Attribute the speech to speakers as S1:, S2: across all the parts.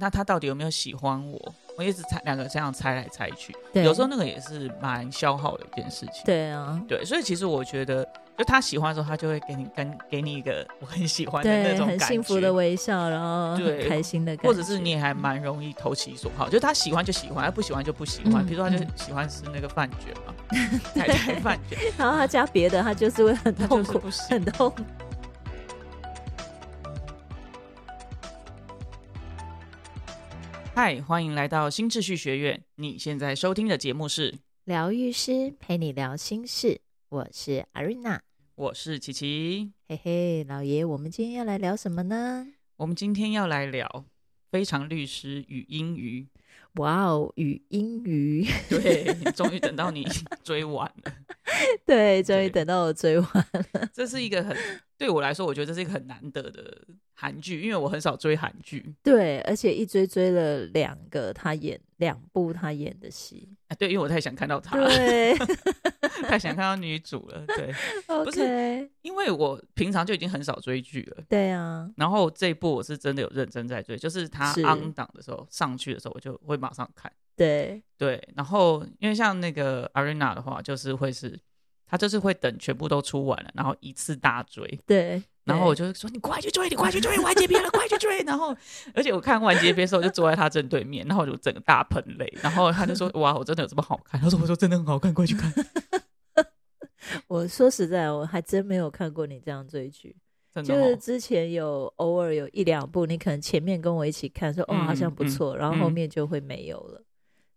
S1: 那他到底有没有喜欢我？我一直猜两个这样猜来猜去，
S2: 对
S1: 有时候那个也是蛮消耗的一件事情。
S2: 对啊，
S1: 对，所以其实我觉得，就他喜欢的时候，他就会给你跟给你一个我很喜欢的那
S2: 对，
S1: 种
S2: 很
S1: 感
S2: 幸福
S1: 觉
S2: 的微笑，然后很
S1: 对
S2: 开心的感觉，
S1: 或者是你也还蛮容易投其所好，就是他喜欢就喜欢，他不喜欢就不喜欢。
S2: 嗯
S1: 比如说他就
S2: 嗯
S1: 喜欢吃那个饭卷 嘛，太太饭卷，
S2: 然后他加别的，他就是会很
S1: 他
S2: 痛
S1: 就是
S2: 苦，
S1: 不喜
S2: 很痛 苦。
S1: 嗨，欢迎来到新秩序学院，你现在收听的节目是，
S2: 疗愈师陪你聊心事，我是阿瑞娜，
S1: 我是琪琪，
S2: 嘿嘿，老爷，我们今天要来聊什么呢？
S1: 我们今天要来聊《非常律师与英语
S2: 哇哦，语音语，》，
S1: 对，终于等到 你追完了，
S2: 对，终于
S1: 对
S2: 等到我追完，
S1: 这是一个很对我来说，我觉得这是一个很难得的韩剧，因为我很少追韩剧。
S2: 对，而且一追追了两个他演两部他演的戏，
S1: 啊对，因为我太想看到她了，
S2: 对
S1: 太想看到女主了。对，是
S2: ，OK，
S1: 因为我平常就已经很少追剧了，
S2: 对啊，
S1: 然后这一部我是真的有认真在追，就是它
S2: 是
S1: on 档的时候上去的时候，我就会马上看。
S2: 对，
S1: 对，然后因为像那个 Arena 的话，就是会是，他就是会等全部都出完了，然后一次大追。
S2: 对，
S1: 然后我
S2: 对
S1: 就说：“你快去追，你快去追，完结篇了，快去追！”然后，而且我看完结篇的时候，我就坐在他正对面，然后我就整个大喷泪。然后他就说：“哇，我真的有这么好看？”他说：“我说真的很好看，快去看！”
S2: 我说实在，我还真没有看过你这样追剧。
S1: 真的、
S2: 就
S1: 哦，
S2: 是之前有偶尔有一两部，你可能前面跟我一起看，说哦
S1: 嗯
S2: 好像不错，然后后
S1: 嗯
S2: 面就会没有了。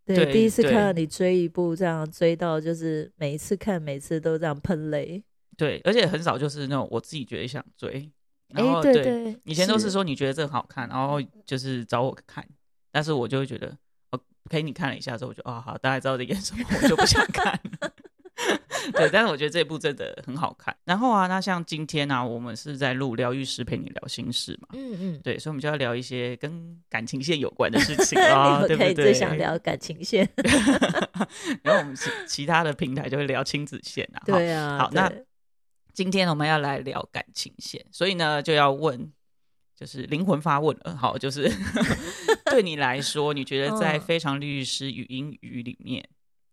S1: 对
S2: 第一次
S1: 对
S2: 看到你追一部这样追到，就是每一次看每次都这样喷泪。
S1: 对，而且很少就是那种我自己觉得想追，
S2: 哎
S1: 然后、，
S2: 对对，
S1: 以前都是说你觉得这个好看，然后就是找我看，但是我就会觉得，哦，陪你看了一下之后，我就啊、好，大家知道在演什么，我就不想看。 对，但是我觉得这部真的很好看。然后啊，那像今天啊，我们是在录疗愈师陪你聊心事嘛，
S2: 嗯嗯，
S1: 对，所以我们就要聊一些跟感情线有关的事情啊，
S2: 你
S1: 对
S2: 们可以
S1: 不
S2: 最
S1: 对？
S2: 想聊感情线，
S1: 然后我们其其他的平台就会聊亲子线啊，哈
S2: 对啊，
S1: 好
S2: 对
S1: 那今天我们要来聊感情线，所以呢，就要问，就是灵魂发问了。好，就是 对你来说，你觉得在
S2: 嗯
S1: 《非常律师与英语》里面，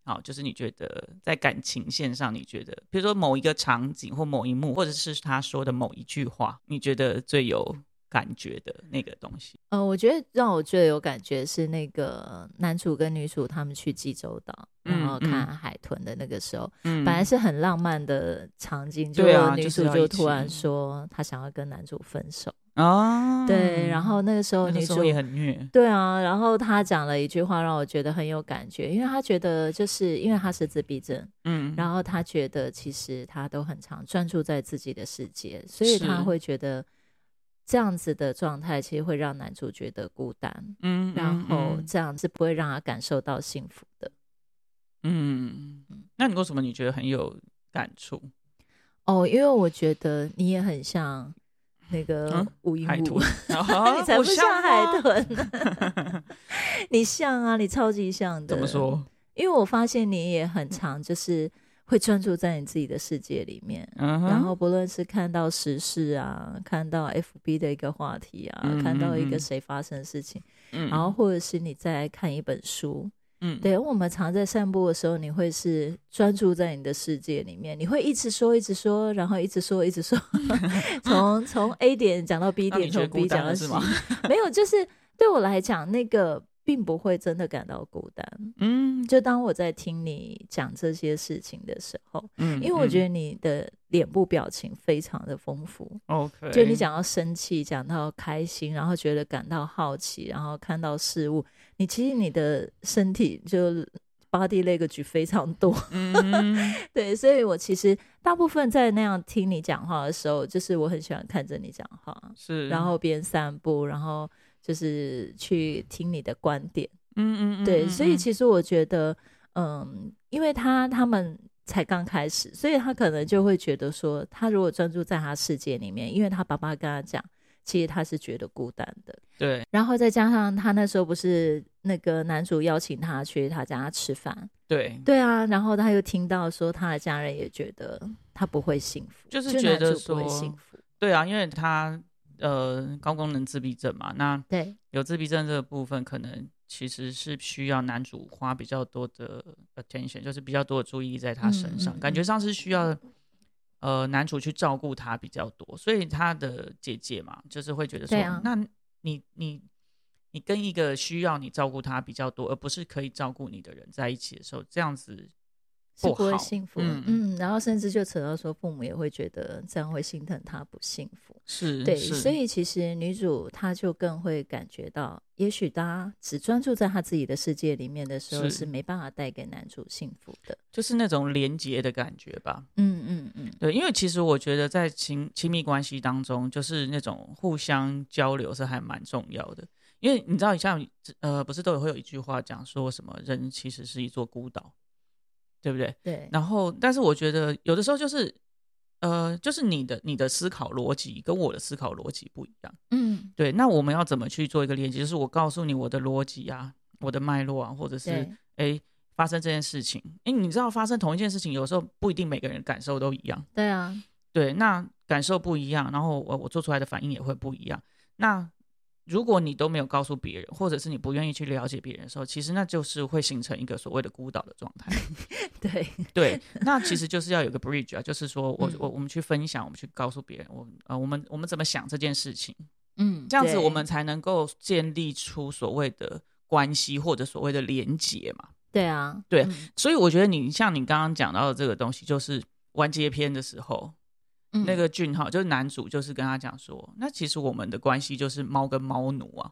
S1: 好，就是你觉得在感情线上，你觉得，比如说某一个场景或某一幕，或者是他说的某一句话，你觉得最有感觉的那个东西？
S2: 呃，我觉得让我最有感觉是那个男主跟女主他们去济州岛，然
S1: 嗯
S2: 后
S1: 嗯
S2: 看海豚的那个时候，
S1: 嗯
S2: 本来是很浪漫的场景，结
S1: 对啊
S2: 果女
S1: 就是
S2: 主
S1: 要
S2: 就
S1: 一起
S2: 突然说她想要跟男主分手。
S1: 啊，
S2: 对，然后那个时候
S1: 那个
S2: 女
S1: 时
S2: 主
S1: 候也很虐，
S2: 对啊，然后她讲了一句话让我觉得很有感觉，因为她觉得就是因为她是自闭症，
S1: 嗯，后
S2: 然后她觉得其实她都很常专注在自己的世界，所以
S1: 是
S2: 她会觉得这样子的状态其实会让男主觉得孤单，
S1: 嗯，
S2: 然后
S1: 嗯
S2: 这样是不会让他感受到幸福的。
S1: 嗯，那你为什么你觉得很有感触？
S2: 哦，因为我觉得你也很像那个
S1: 嗯
S2: 吴英
S1: 海
S2: 武，
S1: 豚，啊
S2: 你才不
S1: 我
S2: 像海
S1: 吗
S2: 豚呢、 你像啊，你超级像 的。
S1: 怎么？说？
S2: 因为我发现你也很常就是会专注在你自己的世界里面。
S1: 嗯哼，
S2: 然后不论是看到时事啊，看到 FB 的一个话题啊，
S1: 嗯
S2: 看到一
S1: 嗯
S2: 个
S1: 嗯
S2: 谁发生的事情，
S1: 嗯，
S2: 然后或者是你在看一本书，
S1: 嗯，
S2: 对，我们常在散步的时候，你会是专注在你的世界里面，你会一直说，一直说，然后一直说，一直说，从从 A 点讲到 B
S1: 那
S2: 点，
S1: 你觉
S2: 从
S1: 得
S2: B
S1: 孤
S2: 讲
S1: 单
S2: 到
S1: 了
S2: C，
S1: 是吗？
S2: 没有，就是对我来讲，那个并不会真的感到孤单。
S1: 嗯
S2: 就当我在听你讲这些事情的时候，
S1: 嗯，
S2: 因为我觉
S1: 得
S2: 得你的脸部表情非常的丰富，
S1: OK，
S2: 就你，讲到生气，讲到开心，然后觉得感到好奇，然后看到事物，你其实你的身体就 body language 非常多，
S1: 嗯，
S2: 对，所以我其实大部分在那样听你讲话的时候，就是我很喜欢看着你讲话，
S1: 是，
S2: 然后边散步，然后就是去听你的观点，
S1: 嗯，嗯嗯嗯，
S2: 对，所以
S1: 实
S2: 其实我觉得，嗯，因为他他们才刚开始，所以他可能就会觉得说，他如果专注在他世界里面，因为他爸爸跟他讲，其实他是觉得孤单的。
S1: 对，
S2: 然后再加上他那时候不是那个男主邀请他去他家吃饭，
S1: 对，
S2: 对啊，然后他又听到说他的家人也觉得他不会幸福，
S1: 就是
S2: 就
S1: 觉
S2: 男
S1: 得
S2: 主不会
S1: 说
S2: 幸福，
S1: 对啊，因为他呃高功能自闭症嘛，那
S2: 对
S1: 有自闭症这个部分，可能其实是需要男主花比较多的 attention，就是比较多的注意力在他身上，
S2: 嗯嗯嗯
S1: 感觉上是需要呃男主去照顾他比较多，所以他的姐姐嘛，就是会觉得说，
S2: 对啊
S1: 那你你你跟一个需要你照顾他比较多，而不是可以照顾你的人在一起的时候，这样子
S2: 是
S1: 不
S2: 不会
S1: 好
S2: 幸福的
S1: 嗯
S2: 嗯，然后甚至就扯到说父母也会觉得这样会心疼他不幸福，
S1: 是
S2: 对，
S1: 是
S2: 所以其实女主她就更会感觉到，也许她只专注在她自己的世界里面的时候，
S1: 是
S2: 是没办法带给男主幸福的。
S1: 就是那种连结的感觉吧。
S2: 嗯嗯嗯，
S1: 对，因为其实我觉得在亲亲密关系当中，就是那种互相交流是还蛮重要的。因为你知道，像呃，不是都有会有一句话讲说什么人其实是一座孤岛，对不对？
S2: 对，
S1: 然后，但是我觉得有的时候就是，呃，就是你的你的思考逻辑跟我的思考逻辑不一样。
S2: 嗯，
S1: 对，那我们要怎么去做一个连接？就是我告诉你我的逻辑啊，我的脉络啊，或者是
S2: 对，
S1: 诶发生这件事情，诶，你知道发生同一件事情，有时候不一定每个人感受都一样。
S2: 对啊，
S1: 对，那感受不一样，然后我我做出来的反应也会不一样。那如果你都没有告诉别人，或者是你不愿意去了解别人的时候，其实那就是会形成一个所谓的孤岛的状 态。
S2: 对，
S1: 对，那其实就是要有个 bridge 啊，就是说我
S2: 嗯
S1: 我我们去分享，我们去告诉别人，我呃我们我们怎么想这件事情，
S2: 嗯，
S1: 这样子
S2: 对
S1: 我们才能够建立出所谓的关系或者所谓的连结嘛。
S2: 对啊，
S1: 对
S2: 嗯，
S1: 所以我觉得你像你刚刚讲到的这个东西，就是完结篇的时候，
S2: 嗯
S1: 那个俊浩就是男主，就是跟他讲说，那其实我们的关系就是猫跟猫奴 啊，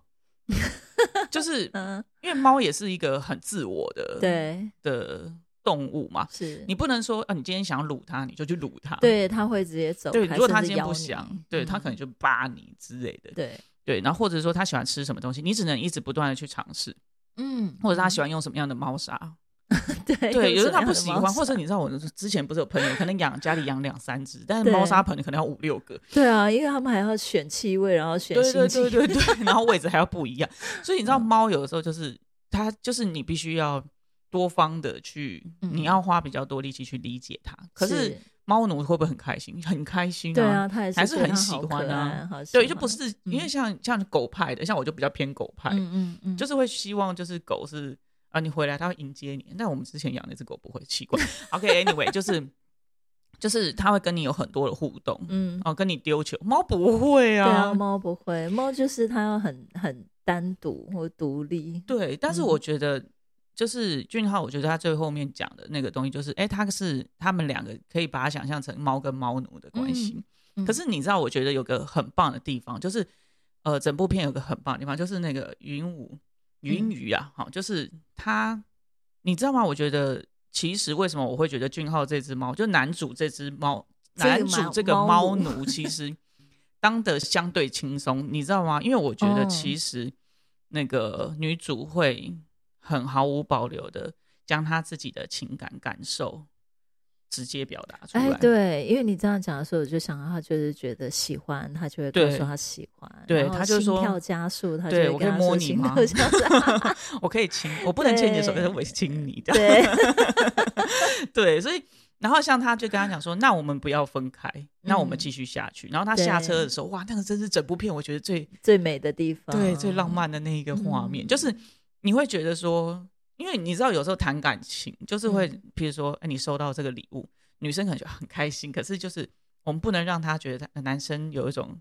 S1: 就是
S2: 嗯，
S1: 因为猫也是一个很自我的
S2: 对，
S1: 的动物嘛，
S2: 是
S1: 你不能说啊，你今天想撸它，你就去撸它，
S2: 对，他会直接走开，
S1: 对，如果他
S2: 甚至
S1: 今天不
S2: 咬
S1: 想
S2: 你，
S1: 对他可能
S2: 嗯
S1: 就扒你之类的，
S2: 对，
S1: 对，然后或者说他喜欢吃什么东西，你只能一直不断的去尝试，
S2: 嗯，
S1: 或者他喜
S2: 欢，
S1: 欢用什么样的猫砂，
S2: 嗯对
S1: 对，有
S2: 时
S1: 人他不喜欢，或者你知道我之前不是有朋友可能养家里养两三只，但是
S2: 对
S1: 猫砂盆可能要五六个，
S2: 对啊，因为他们还要选气味，然后选
S1: 对
S2: 心
S1: 对
S2: 情，嗯
S1: 对对 对，然后位置还要不一样，所以你知道猫有的时候就是它就是你必须要多方的去，
S2: 嗯
S1: 你要花比较多力气去理解它。可是猫奴会不会很开心？很开心、啊，
S2: 对啊，他还
S1: 还
S2: 是
S1: 是
S2: 觉得
S1: 很
S2: 他
S1: 喜
S2: 好可
S1: 欢啊
S2: 爱，好喜
S1: 对，就
S2: 欢
S1: 不是因为像像狗派的，像我就比较偏狗派，
S2: 嗯嗯嗯，
S1: 就是会希望就是狗是啊，你回来它会迎接你。那我们之前养那只狗不会，奇 怪。OK，anyway，、就是就是它会跟你有很多的互动，
S2: 嗯，
S1: 哦，跟你丢球。猫不会
S2: 对啊，
S1: 啊，
S2: 猫不会，猫就是它要很很单独或独立，
S1: 对但是
S2: 嗯
S1: 我觉得。就是俊浩，我觉得他最后面讲的那个东西，就是哎、他是他们两个可以把它想象成猫跟猫奴的关系。
S2: 嗯
S1: 可是你知道，我觉得有个很棒的地方，就是呃，整部片有个很棒的地方，就是那个云舞
S2: 嗯
S1: 云雨啊，好、就是他，你知道吗？我觉得其实为什么我会觉得俊浩这只猫，就男主这只猫，
S2: 这个
S1: 男主
S2: 猫
S1: 这个
S2: 猫
S1: 猫
S2: 奴
S1: 奴其实当的相对轻松，你知道吗？因为我觉得
S2: 哦
S1: 其实那个女主会很毫无保留的将她自己的情感感受直接表达出来。
S2: 哎，对，因为你这样讲的时候，我就想到他就是觉得喜欢，他就会告
S1: 对
S2: 诉他喜欢，
S1: 对
S2: 然后
S1: 他就说
S2: 心跳加速，他就
S1: 对
S2: 会
S1: 我可以
S2: 跟他
S1: 摸
S2: 说
S1: 你
S2: 心
S1: 吗
S2: 跳加速，
S1: 我可以亲，我不能牵你的手，
S2: 对
S1: 但是我亲你的。
S2: 对，
S1: 对，所以然后像他就跟他讲说，那我们不要分开，那我们
S2: 嗯
S1: 继续下去。然后他下
S2: 对
S1: 车的时候，哇，那个真是整部片我觉得最
S2: 最美的地方，
S1: 对最浪，漫的那一
S2: 嗯
S1: 个画面，就是你会觉得说，因为你知道有时候谈感情就是会
S2: 嗯，
S1: 譬如说，哎，你收到这个礼物，女生可能就很开心，可是就是我们不能让她觉得她男生有一种。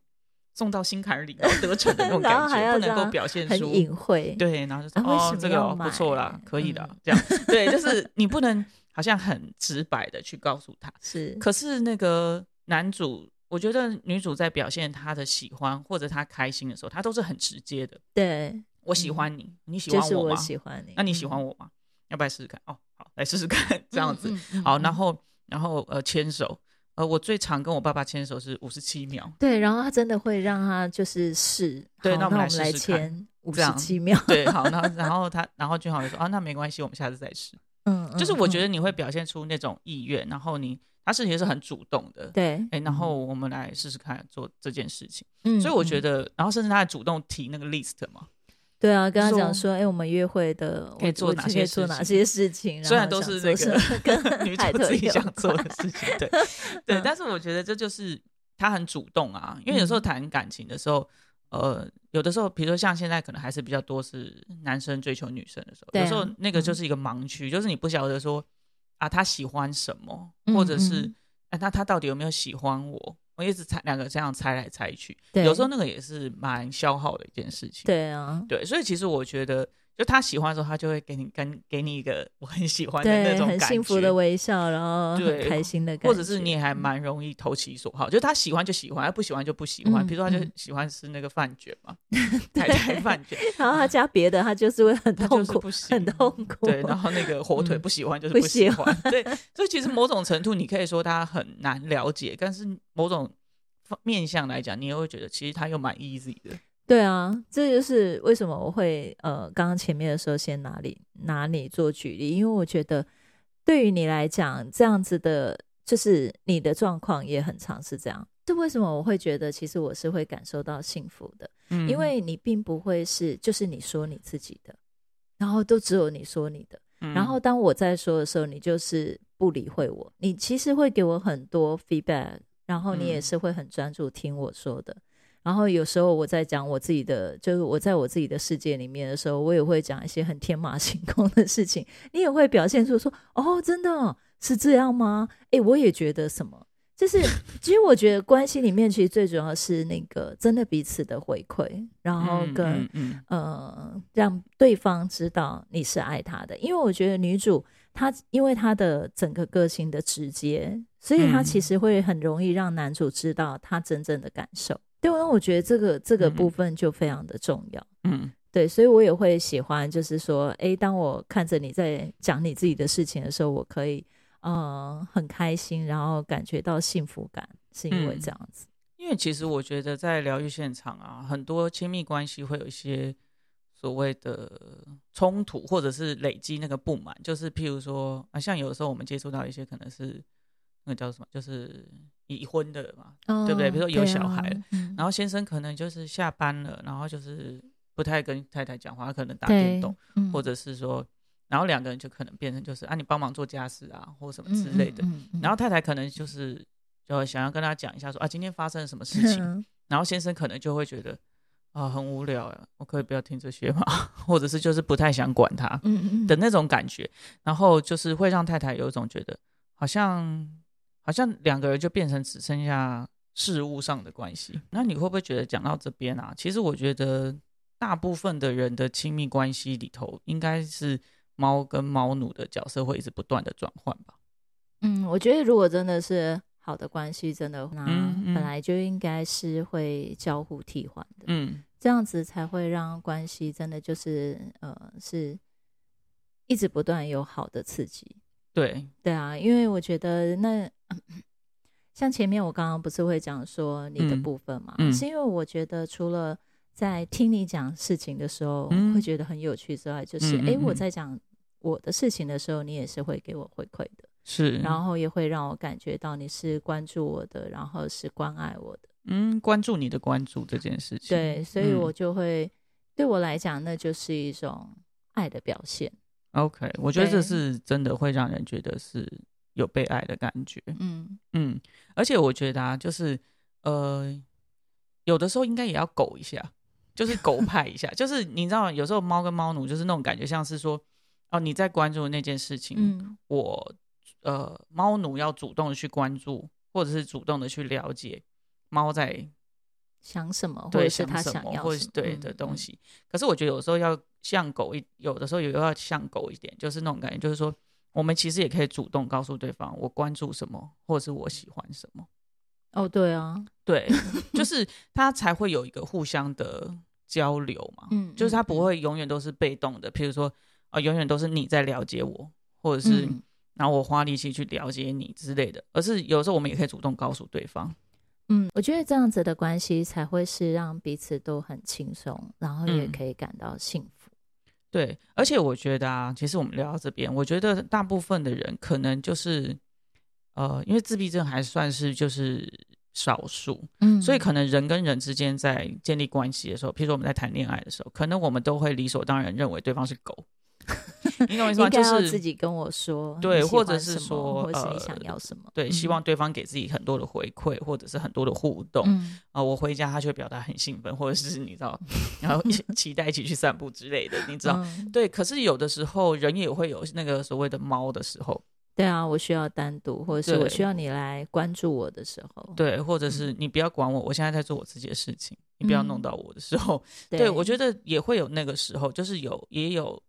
S1: 送到心坎里然后得逞的那种
S2: 然
S1: 感
S2: 后还
S1: 觉，
S2: 要
S1: 不能
S2: 这
S1: 够
S2: 样
S1: 表现
S2: 很
S1: 出
S2: 隐晦，
S1: 对，然后就说、
S2: 啊为什
S1: 哦
S2: 么，
S1: 这个
S2: 要
S1: 哦不错啦
S2: 买，
S1: 可以的，
S2: 嗯
S1: 这样对，就是你不能好像很直白的去告诉 他。
S2: 是，
S1: 可是那个男主，我觉得女主在表现她的喜欢或者她开心的时候，她都是很直接的。
S2: 对，
S1: 我喜欢你，你喜
S2: 就
S1: 欢
S2: 嗯是
S1: 我吗？
S2: 我喜欢你，
S1: 那你喜欢
S2: 嗯
S1: 我吗？要不要试试看？哦，好，来试试看，这样子。，
S2: 嗯嗯
S1: 好，
S2: 嗯
S1: 然后然后呃牵手，呃我最长跟我爸爸牵手是五十七秒。
S2: 对，然后他真的会让他就是试，
S1: 对那
S2: 好那
S1: 我们来试试
S2: 来
S1: 看
S2: 签五
S1: 这
S2: 十
S1: 样
S2: 七秒，
S1: 对，好，然后然后他，然后俊豪就说啊，那没关系，我们下次再试。
S2: 嗯，
S1: 就是
S2: 嗯
S1: 我觉得
S2: 嗯
S1: 你会表现出那种意愿，然后你他事情是很主动的，
S2: 对，
S1: 哎，然后我们来试试看做这件事情。
S2: 嗯
S1: 所以我觉
S2: 嗯
S1: 得，然后甚至他还主动提那个 list 嘛，
S2: 对啊，跟他
S1: 说
S2: 讲说，哎，我们约会的
S1: 可以
S2: 我
S1: 做
S2: 我
S1: 哪
S2: 就可
S1: 些
S2: 以
S1: 事
S2: 做哪
S1: 情
S2: 些事情，
S1: 虽然
S2: 后
S1: 都
S2: 想
S1: 是
S2: 做
S1: 那
S2: 什
S1: 个
S2: 么 跟
S1: 女
S2: 海
S1: 主
S2: 豚
S1: 自己
S2: 有
S1: 想做
S2: 关
S1: 的事情， 对对。
S2: 嗯嗯
S1: 但是我觉得这就是他很主动啊，因为有时候谈感情的时候，呃，有的时候，比如说像现在可能还是比较多是男生追求女生的时候，
S2: 对啊
S1: 有时候那个就是一个盲区，就是你不晓得说啊，他喜欢什么，
S2: 嗯
S1: 或者是
S2: 嗯
S1: 哎，那他到底有没有喜欢我？我一直猜两个这样猜来猜去，
S2: 对，
S1: 有时候那个也是蛮消耗的一件事情。
S2: 对啊，
S1: 对，所以其实我觉得，就他喜欢的时候，他就会给你跟给你一个我很喜欢的那
S2: 对，
S1: 种感
S2: 很
S1: 觉，
S2: 幸福的微笑，然后很
S1: 对
S2: 开心的感觉，嗯
S1: 或者是你也还蛮容易投其所好，就是他喜欢就喜欢，他不喜欢就不喜欢。
S2: 嗯
S1: 比如说他
S2: 嗯
S1: 就喜欢吃那个饭卷 嘛，台台饭卷，
S2: 然后他加别的，他就是会很
S1: 他
S2: 痛
S1: 就是
S2: 苦，
S1: 不喜
S2: 很痛苦。
S1: 对，然后那个火腿
S2: 嗯
S1: 不喜欢就是
S2: 不
S1: 不
S2: 喜
S1: 喜欢，对，所以其实某种程度你可以说他很难了解，但是某种方面向来讲，你也会觉得其实他又蛮 easy 的，
S2: 对啊，这就是为什么我会呃，刚刚前面的时候先拿你拿你做举例，因为我觉得对于你来讲，这样子的，就是你的状况也很常是这样。这为什么我会觉得，其实我是会感受到幸福的，
S1: 嗯
S2: 因为你并不会是就是你说你自己的，然后都只有你说你的。
S1: 嗯
S2: 然后当我在说的时候，你就是不理会我，你其实会给我很多 feedback，然后你也
S1: 嗯
S2: 是会很专注听我说的。然后有时候我在讲我自己的，就是我在我自己的世界里面的时候，我也会讲一些很天马行空的事情，你也会表现出说：“哦，真的哦是这样吗？”诶，我也觉得什么。就是， 其实我觉得关系里面，其实最主要是那个真的彼此的回馈，然后
S1: 嗯
S2: 跟、
S1: 嗯嗯
S2: 呃，让对方知道你是爱他的。因为我觉得女主她因为她的整个个性的直接，所以她
S1: 嗯
S2: 其实会很容易让男主知道她真正的感受。对，那我觉得这个这个
S1: 嗯
S2: 部分就非常的重要。
S1: 嗯
S2: 对，所以我也会喜欢，就是说，诶，当我看着你在讲你自己的事情的时候，我可以，呃，很开心，然后感觉到幸福感，是因为
S1: 嗯
S2: 这样子。
S1: 因为其实我觉得在疗愈现场啊，很多亲密关系会有一些所谓的冲突，或者是累积那个不满，就是譬如说啊，像有的时候我们接触到一些可能是那个叫什么，就是已婚的嘛，对不对
S2: 哦
S1: 比如说有小孩
S2: 啊嗯
S1: 然后先生可能就是下班了，然后就是不太跟太太讲话，他可能打
S2: 对
S1: 电动，
S2: 嗯
S1: 或者是说，然后两个人就可能变成就是啊，你帮忙做家事啊，或什么之类的。
S2: 嗯嗯嗯
S1: 然后太太可能就是就想要跟他讲一下说啊，今天发生了什么事 情，
S2: 嗯
S1: 然后先生可能就会觉得啊很无聊呀，我可以不要听这些嘛， 或者是就是不太想管他
S2: 嗯嗯嗯
S1: 的那种感觉，然后就是会让太太有一种觉得好像好像两个人就变成只剩下事物上的关系。那你会不会觉得讲到这边啊？其实我觉得大部分的人的亲密关系里头，应该是猫跟猫奴的角色会一直不断的转换吧。
S2: 嗯，我觉得如果真的是好的关系，真的那、
S1: 嗯嗯
S2: 本来就应该是会交互替换的，
S1: 嗯
S2: 这样子才会让关系真的就是呃是一直不断有好的刺激。
S1: 对，
S2: 对啊，因为我觉得那 像前面我刚刚不是会讲说你的
S1: 嗯
S2: 部分嘛，
S1: 嗯
S2: 是因为我觉得除了在听你讲事情的时候、
S1: 嗯
S2: 会觉得很有趣之外，就是
S1: 嗯嗯
S2: 诶，我
S1: 嗯
S2: 在讲我的事情的时候，你也是会给我回馈的。
S1: 是，
S2: 然后也会让我感觉到你是关注我的，然后是关爱我的。
S1: 嗯，关注你的关注这件事情。
S2: 对，所以
S1: 嗯
S2: 我就会、对我来讲，那就是一种爱的表现。
S1: OK，我觉得这
S2: 对
S1: 是真的会让人觉得是有被爱的感觉。
S2: 嗯，
S1: 嗯，而且我觉得啊，就是呃，有的时候应该也要狗一下，就是 狗派一下，就是你知道，有时候猫跟猫奴就是那种感觉，像是说哦，你在关注那件事情，
S2: 嗯
S1: 我呃，猫奴要主动的去关注，或者是主动的去了解猫在
S2: 想什么，或
S1: 对
S2: 者是
S1: 想
S2: 他
S1: 什
S2: 想
S1: 么
S2: 要
S1: 或者
S2: 什
S1: 是
S2: 么
S1: 对
S2: 嗯
S1: 的东
S2: 嗯
S1: 西。可是我觉得有时候要像狗一，有的时候也要像狗一点，就是那种感觉，就是说我们其实也可以主动告诉对方我关注什么，或者是我喜欢什么。
S2: 哦，对啊，
S1: 对，就是他才会有一个互相的交流嘛。
S2: 嗯
S1: 就是他不
S2: 嗯
S1: 会永远都是被动的，譬如说啊、呃永远都是你在了解我，或者是、
S2: 嗯
S1: 然后我花力气去了解你之类的，而是有时候我们也可以主动告诉对方。
S2: 嗯，我觉得这样子的关系才会是让彼此都很轻松，然后也
S1: 嗯
S2: 可以感到幸福。
S1: 对，而且我觉得啊，其实我们聊到这边，我觉得大部分的人可能就是呃，因为自闭症还算是就是少数，
S2: 嗯
S1: 所以可能人跟人之间在建立关系的时候，譬如说我们在谈恋爱的时候，可能我们都会理所当然认为对方是狗， 你懂我意思
S2: 应
S1: 吗？就
S2: 该要自
S1: 是
S2: 己跟我说，
S1: 对
S2: 你喜
S1: 或者
S2: 欢
S1: 是
S2: 什么
S1: 说
S2: 或是你
S1: 呃
S2: 想要什么，嗯
S1: 对，希望对方给自己很多的回馈，或者是很多的互动啊、
S2: 嗯，
S1: 我回家，他就会表达很兴奋，或者是你知 道，然后一起期待一起去散步之类的，你知道。
S2: 嗯
S1: 对，可是有的时候人也会有那个所谓的猫的时候，
S2: 对啊，我需要单独，或者是我
S1: 对
S2: 需要你来关注我的时候，
S1: 对，或者是你不要管我，我现在在做我自己的事情，你不要弄
S2: 嗯
S1: 到我的时候，
S2: 对
S1: 对我觉得也会有那个时候，就是有也有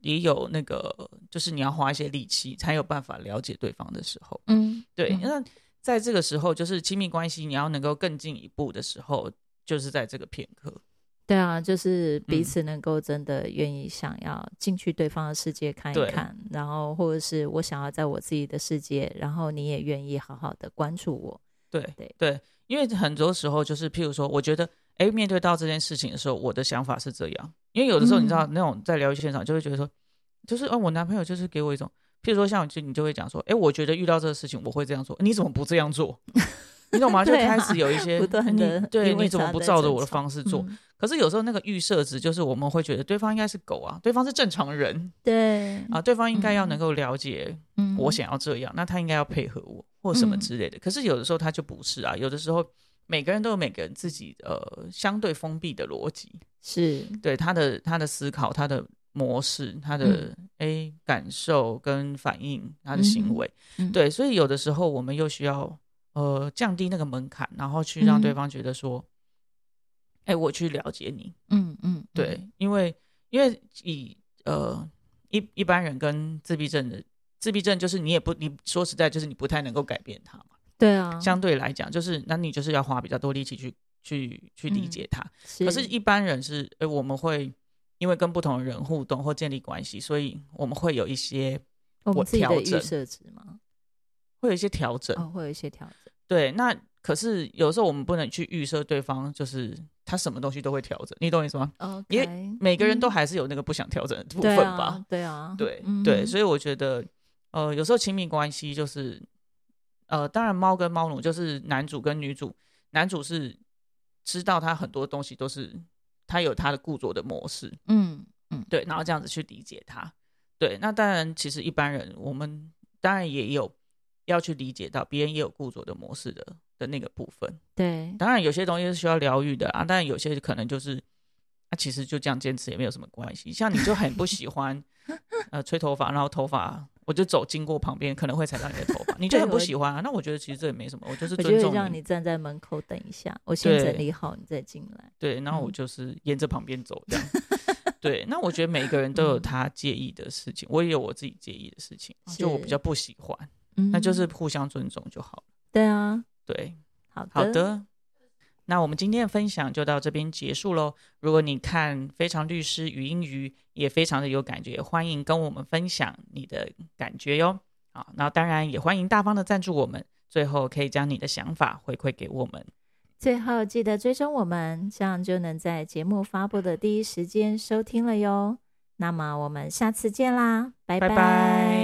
S1: 也有那个，就是你要花一些力气才有办法了解对方的时候，
S2: 嗯，
S1: 对，
S2: 嗯
S1: 那在这个时候，就是亲密关系你要能够更进一步的时候，就是在这个片刻，
S2: 对啊，就是彼
S1: 嗯
S2: 此能够真的愿意想要进去对方的世界看一
S1: 对
S2: 看，然后或者是我想要在我自己的世界，然后你也愿意好好的关注我，
S1: 对
S2: 对
S1: 因为很多时候就是，譬如说，我觉得，哎，面对到这件事情的时候，我的想法是这样，因为有的时候你知道，
S2: 嗯
S1: 那种在聊天现场就会觉得说，就是，哦，我男朋友就是给我一种，譬如说像就你就会讲说，哎，我觉得遇到这个事情我会这样做，你怎么不这样做？ 你懂吗？就
S2: 对啊
S1: 开始有一些
S2: 不断
S1: 哎你
S2: 地
S1: 对
S2: 因为
S1: 你怎么
S2: 他
S1: 不
S2: 在
S1: 照着
S2: 争
S1: 我的
S2: 吵
S1: 方式做？
S2: 嗯
S1: 可是有时候那个预设值就是我们会觉得对方应该是狗啊，对方是正常人
S2: 对
S1: 啊，对方应该要能
S2: 嗯
S1: 够了解
S2: 嗯
S1: 我想要这样，那他应该要配合我或什么
S2: 嗯
S1: 之类的。可是有的时候他就不是啊，有的时候每个人都有每个人自己呃相对封闭的逻辑，
S2: 是
S1: 对他的他的思考、他的模式、他的诶、感受跟反应、他的
S2: 嗯嗯哼
S1: 行为，
S2: 嗯
S1: 对，所以有的时候我们又需要呃降低那个门槛，然后去让对
S2: 嗯
S1: 方觉得说，哎、我去了解你，
S2: 嗯嗯，
S1: 对，因为因为以呃一一般人跟自闭症的自闭症，就是你也不你说实在就是你不太能够改变他嘛。
S2: 对啊，
S1: 相对来讲，就是那你就是要花比较多力气去去去理
S2: 嗯
S1: 解他。
S2: 是
S1: 可是，一般人是呃我们会因为跟不同的人互动或建立关系，所以我们会有一些
S2: 我们
S1: 我
S2: 自己
S1: 调
S2: 的预
S1: 整
S2: 设值嘛，
S1: 会有一些调整。
S2: 哦，会有一些调整，
S1: 对，那可是有时候我们不能去预设对方就是他什么东西都会调整，你懂我意思吗？
S2: 哦，
S1: 因为每个人都
S2: 嗯
S1: 还是有那个不想调整的部
S2: 对
S1: 分
S2: 啊
S1: 吧？
S2: 对啊，
S1: 对、
S2: 嗯
S1: 对，
S2: 哼
S1: 所以我觉得，呃，有时候亲密关系就是，呃，当然猫跟猫奴就是男主跟女主，男主是知道他很多东西都是他有他的固着的模式，
S2: 嗯嗯，
S1: 对，然后这样子去理解他，对，那当然其实一般人我们当然也有要去理解到别人也有固着的模式的的那个部分，
S2: 对
S1: 当然有些东西是需要疗愈的啊，但有些可能就是。那、其实就这样坚持也没有什么关系。像你就很不喜欢，呃，吹头发，然后头发我就走经过旁边，可能会踩到你的头发，你就
S2: 对
S1: 很不
S2: 我
S1: 喜欢啊。那我觉得其实这也没什么，我就是
S2: 我
S1: 尊
S2: 就会
S1: 重
S2: 让你站在门口等一下，我先整
S1: 对
S2: 理好，你再进来。
S1: 对，然后我
S2: 嗯
S1: 就是沿着旁边走这 样。对，那我觉得每个人都有
S2: 嗯
S1: 他介意的事情，我也有我自己介意的事情，啊就我比
S2: 是
S1: 较不喜欢，
S2: 嗯，
S1: 那就是互相尊重就好了。
S2: 对啊，
S1: 对，
S2: 好的，
S1: 好的，那我们今天的分享就到这边结束喽。如果你看《非常律师与英语》也非常的有感觉，欢迎跟我们分享你的感觉哟。好，那当然也欢迎大方的赞助我们，最后可以将你的想法回馈给我们。
S2: 最后记得追踪我们，这样就能在节目发布的第一时间收听了哟。那么我们下次见啦，拜
S1: 拜拜